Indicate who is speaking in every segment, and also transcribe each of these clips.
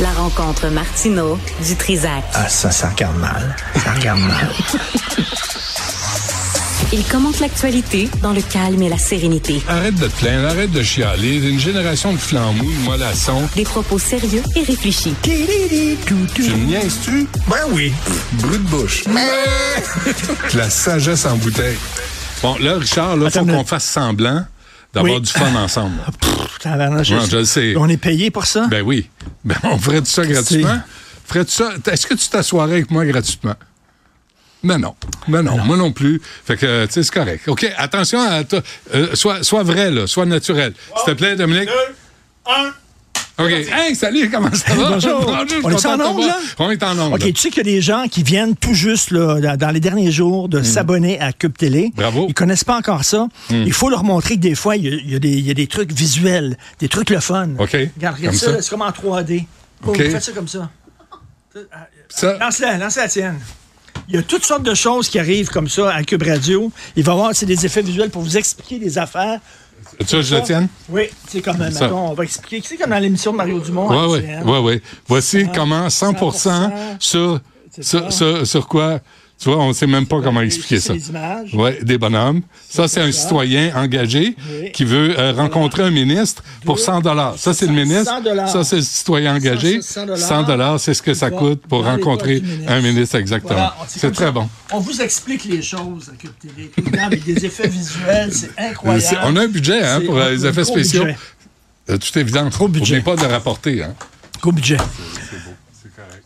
Speaker 1: La rencontre Martino du Trizac.
Speaker 2: Ah, ça, ça regarde mal. Ça regarde mal.
Speaker 1: Il commente l'actualité dans le calme et la sérénité.
Speaker 3: Arrête de te plaindre, arrête de chialer. Une génération de flambous, de mollassons.
Speaker 1: Des propos sérieux et réfléchis.
Speaker 3: Tu me niaises-tu?
Speaker 2: Ben oui.
Speaker 3: Brut de bouche. De La sagesse en bouteille. Bon, là, Richard, là, faut
Speaker 2: Attends une
Speaker 3: qu'on
Speaker 2: minute.
Speaker 3: fasse semblant d'avoir
Speaker 2: Oui.
Speaker 3: du fun ensemble.
Speaker 2: Pff, tabarnak,
Speaker 3: Non, je le sais.
Speaker 2: On est payé pour ça?
Speaker 3: Ben oui. Ben, on ferait tout ça gratuitement. Ferais-tu ça? Est-ce que tu t'assoirais avec moi gratuitement? Ben non. Ben non, moi non plus. Fait que, euh, tu sais, c'est correct. OK, attention à toi. Euh, sois, sois vrai, là. Sois naturel. S'il te plaît, Dominique. OK. Hey, salut, comment ça va?
Speaker 2: Bonjour.
Speaker 3: je suis
Speaker 2: On est en
Speaker 3: content de te
Speaker 2: onde,
Speaker 3: voir.
Speaker 2: là?
Speaker 3: On est en onde.
Speaker 2: OK, tu sais qu'il y a des gens qui viennent tout juste là, dans- dans les derniers jours de s'abonner à Cube Télé.
Speaker 3: Mm. Bravo. Mm.
Speaker 2: Ils connaissent pas encore ça. Il faut leur montrer que des fois, il y a- il y, a des- il y a des trucs visuels, des trucs le fun.
Speaker 3: OK,
Speaker 2: Regarde, regarde
Speaker 3: comme
Speaker 2: ça,
Speaker 3: ça.
Speaker 2: là, c'est comme en 3D. Oh,
Speaker 3: OK.
Speaker 2: Fais ça comme ça.
Speaker 3: Ça,
Speaker 2: Lance-la, lance la tienne. Il y a toutes sortes de choses qui arrivent comme ça à Cube Radio. Il va y avoir tu sais, des effets visuels pour vous expliquer des affaires.
Speaker 3: tu veux que je le tienne?
Speaker 2: Oui, c'est comme, euh,
Speaker 3: Ça.
Speaker 2: mettons, on va expliquer. C'est comme dans l'émission de Mario Dumont.
Speaker 3: Oui,
Speaker 2: à
Speaker 3: oui,
Speaker 2: LCN.
Speaker 3: oui, oui. Voici comment 100,
Speaker 2: 100%,
Speaker 3: sur,
Speaker 2: c'est ça.
Speaker 3: sur, sur, sur quoi, tu vois, on ne sait même pas comment
Speaker 2: Et
Speaker 3: expliquer
Speaker 2: c'est
Speaker 3: ça.
Speaker 2: des images.
Speaker 3: Oui, des bonhommes. Ça, c'est un citoyen engagé
Speaker 2: Oui.
Speaker 3: qui veut euh, rencontrer un ministre pour 100 dollars. Ça, c'est le
Speaker 2: 100
Speaker 3: ministre.
Speaker 2: dollars.
Speaker 3: Ça, c'est le citoyen engagé.
Speaker 2: Ça, c'est 100
Speaker 3: 100 dollars, c'est ce que ça
Speaker 2: va
Speaker 3: coûte pour
Speaker 2: dans les
Speaker 3: rencontrer
Speaker 2: poches du ministre.
Speaker 3: un ministre, exactement.
Speaker 2: Voilà, on-
Speaker 3: c'est
Speaker 2: comme
Speaker 3: très
Speaker 2: ça.
Speaker 3: bon.
Speaker 2: On vous explique les choses à Cube Télé. Tout le temps avec des effets visuels, c'est incroyable.
Speaker 3: C'est- On a un budget hein,
Speaker 2: C'est-
Speaker 3: pour
Speaker 2: on
Speaker 3: euh,
Speaker 2: a
Speaker 3: les
Speaker 2: un
Speaker 3: effets
Speaker 2: gros
Speaker 3: spéciaux.
Speaker 2: budget.
Speaker 3: Euh, Tout évident.
Speaker 2: Gros budget.
Speaker 3: N'oubliez pas de le rapporter. Hein.
Speaker 2: Gros budget.
Speaker 3: C'est beau. C'est correct.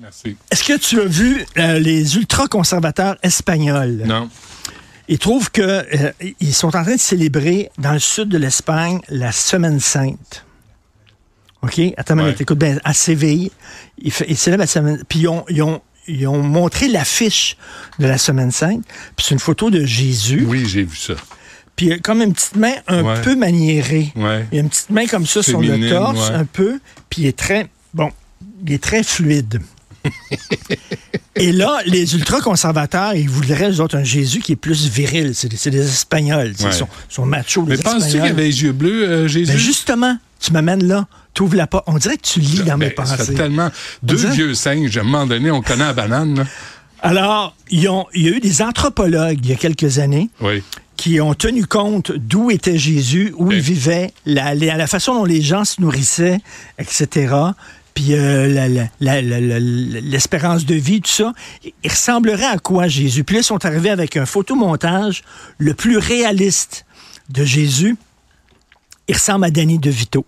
Speaker 3: Merci.
Speaker 2: Est-ce que tu as vu euh, les ultra-conservateurs espagnols?
Speaker 3: Non.
Speaker 2: Ils trouvent que euh, ils sont en train de célébrer dans le sud de l'Espagne la Semaine Sainte. OK? Attends, une
Speaker 3: Ouais.
Speaker 2: minute, écoute bien, à Séville, ils, fait- ils célèbrent la Semaine... Puis ils ont, ils ont- ils ont montré l'affiche de la Semaine Sainte. Puis c'est une photo de Jésus.
Speaker 3: Oui, j'ai vu ça.
Speaker 2: Puis il y a comme une petite main un
Speaker 3: Ouais.
Speaker 2: peu maniérée.
Speaker 3: Ouais.
Speaker 2: Il y a une petite main comme ça sur
Speaker 3: Féminine,
Speaker 2: le torse,
Speaker 3: ouais.
Speaker 2: un peu, puis il est très, bon, il est très fluide. Et là, les ultra-conservateurs, ils voudraient, eux autres, un Jésus qui est plus viril. C'est des, c'est des Espagnols. tu sais, Ils
Speaker 3: Ouais.
Speaker 2: sont, ils sont machos,
Speaker 3: Mais
Speaker 2: les
Speaker 3: penses-tu qu'il y
Speaker 2: Espagnols.
Speaker 3: avait les yeux bleus, euh, Jésus?
Speaker 2: Ben, justement, tu m'amènes là, tu ouvres la porte. On dirait que tu lis dans mes
Speaker 3: Ben, ça fait
Speaker 2: pensées.
Speaker 3: tellement. Deux
Speaker 2: dirait-
Speaker 3: vieux singes, à un moment donné, on connaît la banane. là.
Speaker 2: Alors, ils ont- il y a eu des anthropologues, il y a quelques années,
Speaker 3: Oui.
Speaker 2: qui ont tenu compte d'où était Jésus, où
Speaker 3: Eh.
Speaker 2: il vivait, la, la- la façon dont les gens se nourrissaient, etc. Puis euh, la- la- la- la- la- l'espérance de vie, tout ça. Il ressemblerait à quoi Jésus? Puis là, ils sont arrivés avec un photomontage le plus réaliste de Jésus. Il ressemble à Danny DeVito.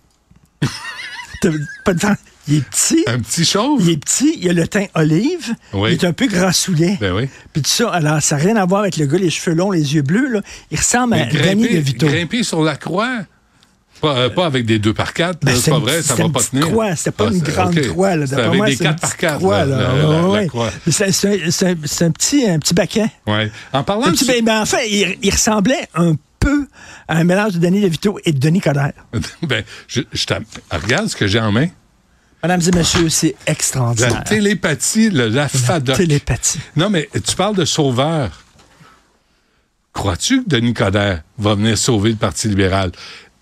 Speaker 2: T'as pas de temps. Il est petit.
Speaker 3: Un petit chauve?
Speaker 2: Il est petit, il a le teint olive,
Speaker 3: Euh. Oui.
Speaker 2: il est un peu grassouillet.
Speaker 3: Ben oui.
Speaker 2: Puis tout ça, alors ça n'a rien à voir avec le gars les cheveux longs, les yeux bleus, là. Il ressemble à
Speaker 3: Mais
Speaker 2: Danny
Speaker 3: grimper,
Speaker 2: DeVito.
Speaker 3: grimper sur la croix? Pas, euh, pas avec des deux par quatre, là,
Speaker 2: Ben,
Speaker 3: c'est
Speaker 2: c'est
Speaker 3: pas
Speaker 2: une-
Speaker 3: vrai, ça
Speaker 2: c'était
Speaker 3: va
Speaker 2: une
Speaker 3: pas
Speaker 2: petite
Speaker 3: tenir.
Speaker 2: croix, c'était pas
Speaker 3: Ah,
Speaker 2: une
Speaker 3: c'est-
Speaker 2: grande
Speaker 3: ok.
Speaker 2: croix. Là,
Speaker 3: C'était
Speaker 2: D'après
Speaker 3: avec
Speaker 2: moi,
Speaker 3: des
Speaker 2: c'est une
Speaker 3: quatre par
Speaker 2: petite
Speaker 3: quatre,
Speaker 2: croix,
Speaker 3: là,
Speaker 2: là.
Speaker 3: la- la- la
Speaker 2: Ouais.
Speaker 3: croix.
Speaker 2: Mais C'est c'est un, c'est un- c'est un petit, un petit baquet.
Speaker 3: Ouais. En
Speaker 2: Un
Speaker 3: parlant de
Speaker 2: petit, ben, ben, en fait, il, il ressemblait un peu à un mélange de Danny DeVito et de Denis Coderre.
Speaker 3: Ben, je, je t'am- regarde ce que j'ai en main.
Speaker 2: Mesdames et messieurs, c'est
Speaker 3: La
Speaker 2: extraordinaire.
Speaker 3: télépathie, le- la fadoc.
Speaker 2: Télépathie.
Speaker 3: Non, mais tu parles de sauveur. Crois-tu que Denis Coderre va venir sauver le Parti libéral?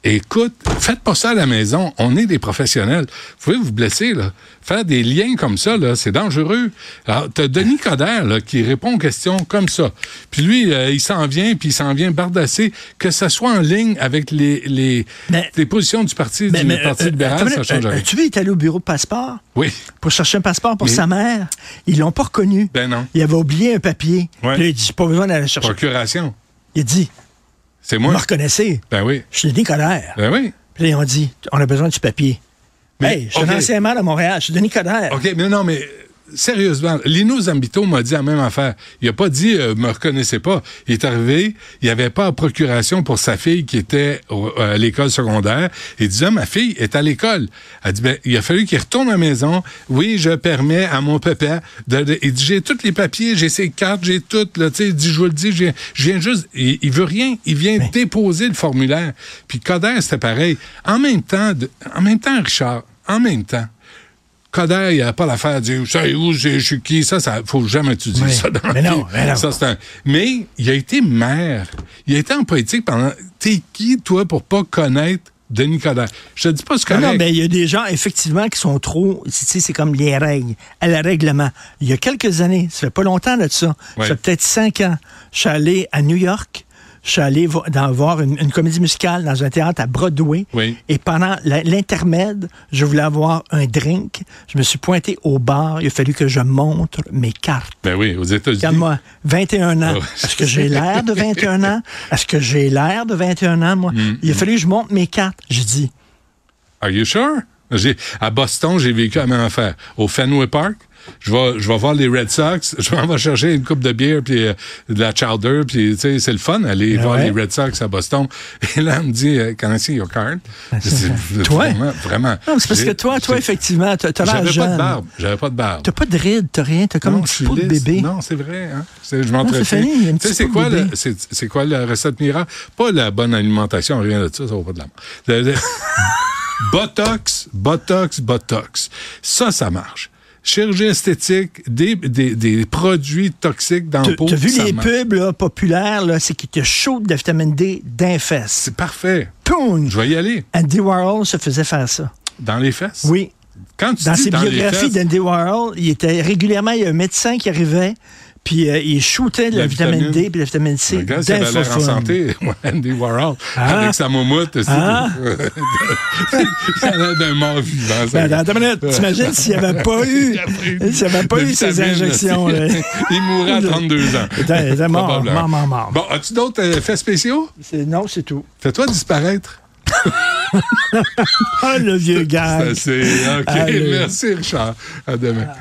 Speaker 3: Écoute, faites pas ça à la maison. On est des professionnels. Vous pouvez vous blesser, là. Faire des liens comme ça, là, c'est dangereux. Alors, t'as Denis Coderre, là, qui répond aux questions comme ça. Puis lui, euh, il s'en vient, puis il s'en vient bardasser. Que ça soit en ligne avec les, les,
Speaker 2: Mais-
Speaker 3: les positions du Parti, du
Speaker 2: Mais- mais,
Speaker 3: Parti
Speaker 2: euh, attends
Speaker 3: libéral,
Speaker 2: une
Speaker 3: ça
Speaker 2: minute,
Speaker 3: change
Speaker 2: euh,
Speaker 3: rien.
Speaker 2: Tu veux, il est allé au bureau de passeport?
Speaker 3: Oui.
Speaker 2: pour chercher un passeport pour
Speaker 3: Mais-
Speaker 2: sa mère. Ils l'ont pas reconnu.
Speaker 3: Ben non.
Speaker 2: Il avait oublié un papier.
Speaker 3: Ouais.
Speaker 2: Puis là, il dit, j'ai pas besoin d'aller chercher.
Speaker 3: Procuration.
Speaker 2: Il dit,
Speaker 3: C'est
Speaker 2: vous
Speaker 3: moi.
Speaker 2: me reconnaissez,
Speaker 3: Ben oui.
Speaker 2: je suis Denis Coderre.
Speaker 3: Ben oui.
Speaker 2: Puis là, ils ont dit, on a besoin du papier.
Speaker 3: Mais-
Speaker 2: hey, je suis
Speaker 3: OK.
Speaker 2: un ancien maire de Montréal, je suis Denis Coderre.
Speaker 3: OK, mais non, mais euh, sérieusement, Lino Zambito m'a dit la même affaire. Il a pas dit euh, me reconnaissez pas ». Il est arrivé, il n'y avait pas de procuration pour sa fille qui était au- à l'école secondaire. Il disait « ma fille est à l'école ». Elle dit ben, « il a fallu qu'il retourne à la maison. Oui, je permets à mon papa de... de- Il dit « j'ai tous les papiers, j'ai ses cartes, j'ai tout. Là, tu sais, il dit, je vous le dis, je viens, je viens juste... » Il, il veut rien. Il vient déposer le formulaire. Puis Coder, c'était pareil. En même temps, de- en même temps, Richard, en même temps, Coder, il n'y a pas l'affaire de dire, je sais où, je je suis qui, ça, ça, faut jamais tu dises
Speaker 2: Oui.
Speaker 3: ça dans la
Speaker 2: Mais non,
Speaker 3: vie.
Speaker 2: mais non.
Speaker 3: Ça, c'est un- mais il a été maire. Il a été en politique pendant, t'es qui, toi, pour pas connaître Denis Coderre. Je te dis pas ce que
Speaker 2: Non, non, mais il y a des gens, effectivement, qui sont trop. Tu sais, c'est comme les règles, à la règlement. Il y a quelques années, ça fait pas longtemps de ça,
Speaker 3: Ouais.
Speaker 2: ça fait peut-être cinq ans, je suis allé à New York, je suis allé vo- dans, voir une, une comédie musicale dans un théâtre à Broadway.
Speaker 3: Oui.
Speaker 2: Et pendant la- l'intermède, je voulais avoir un drink. Je me suis pointé au bar. Il a fallu que je montre mes cartes.
Speaker 3: Ben oui, aux États-Unis.
Speaker 2: Regarde-moi, 21 ans.
Speaker 3: Ah ouais.
Speaker 2: Est-ce que j'ai l'air de 21 ans? Est-ce que j'ai l'air de 21 ans, moi?
Speaker 3: Mm.
Speaker 2: Il a fallu que je monte mes cartes. J'ai dit,
Speaker 3: Are you sure? J'ai- à Boston, j'ai vécu la même affaire. Au Fenway Park, je vais, je vais voir les Red Sox, je m'en vais chercher une coupe de bière puis euh, de la chowder, puis tu sais, c'est le fun aller
Speaker 2: Ah
Speaker 3: voir
Speaker 2: ouais.
Speaker 3: les Red Sox à Boston. Et là, on me dit, euh, can I see your card? Je dis,
Speaker 2: Ben, Toi?
Speaker 3: Vraiment, vraiment.
Speaker 2: Non, Ah, c'est parce
Speaker 3: J'ai-
Speaker 2: que toi, toi,
Speaker 3: j'ai-
Speaker 2: effectivement, t'as t'as l'air
Speaker 3: J'avais
Speaker 2: jeune.
Speaker 3: pas de barbe. J'avais pas de barbe.
Speaker 2: T'as pas de rides, t'as rien, t'as comme
Speaker 3: Non,
Speaker 2: une
Speaker 3: je suis
Speaker 2: petite peau de
Speaker 3: lisse.
Speaker 2: bébé.
Speaker 3: Non, c'est vrai. Hein? C'est- Je m'entretiens.
Speaker 2: c'est fini, il y a une
Speaker 3: Tu sais,
Speaker 2: petite
Speaker 3: c'est
Speaker 2: peau de
Speaker 3: quoi,
Speaker 2: bébé.
Speaker 3: le- c'est c'est quoi la recette miracle? Pas la bonne alimentation, rien de ça, ça va pas de la mort. Le- le- botox, botox, botox. Ça, ça marche. Chirurgie esthétique, des, des, des produits toxiques dans
Speaker 2: T'as
Speaker 3: la peau.
Speaker 2: t'as vu
Speaker 3: ça
Speaker 2: les
Speaker 3: marche.
Speaker 2: pubs là, populaires, là, c'est qu'ils te shootent de la vitamine D d'un fesse.
Speaker 3: C'est parfait.
Speaker 2: Poum!
Speaker 3: Je vais y aller.
Speaker 2: Andy Warhol se faisait faire ça.
Speaker 3: Dans les fesses?
Speaker 2: Oui.
Speaker 3: Quand tu
Speaker 2: Dans
Speaker 3: dis
Speaker 2: ses
Speaker 3: dans les
Speaker 2: biographies
Speaker 3: fesses,
Speaker 2: d'Andy Warhol, il était régulièrement, il y a un médecin qui arrivait, puis euh, il shootait de la,
Speaker 3: La
Speaker 2: vitamine,
Speaker 3: vitamine.
Speaker 2: D puis la vitamine C
Speaker 3: le gars, s'il avait
Speaker 2: d'un
Speaker 3: l'air en
Speaker 2: fofone.
Speaker 3: santé, Andy Warhol,
Speaker 2: Ah.
Speaker 3: avec sa moumoute, aussi.
Speaker 2: Ah.
Speaker 3: il a l'air d'un mort vivant. ça.
Speaker 2: Ben, attends une minute, t'imagines s'il n'y avait pas eu, s'il n'y avait pas
Speaker 3: de
Speaker 2: eu ces
Speaker 3: vitamines,
Speaker 2: injections. là.
Speaker 3: Il mourrait à 32 ans.
Speaker 2: Il était- il était mort,
Speaker 3: Probablement.
Speaker 2: mort, mort, mort.
Speaker 3: Bon, as-tu d'autres euh, faits spéciaux?
Speaker 2: C'est- Non, c'est tout.
Speaker 3: Fais-toi disparaître.
Speaker 2: Ah, le vieux gars.
Speaker 3: Ça, C'est OK.
Speaker 2: Allez.
Speaker 3: Merci, Richard. À demain.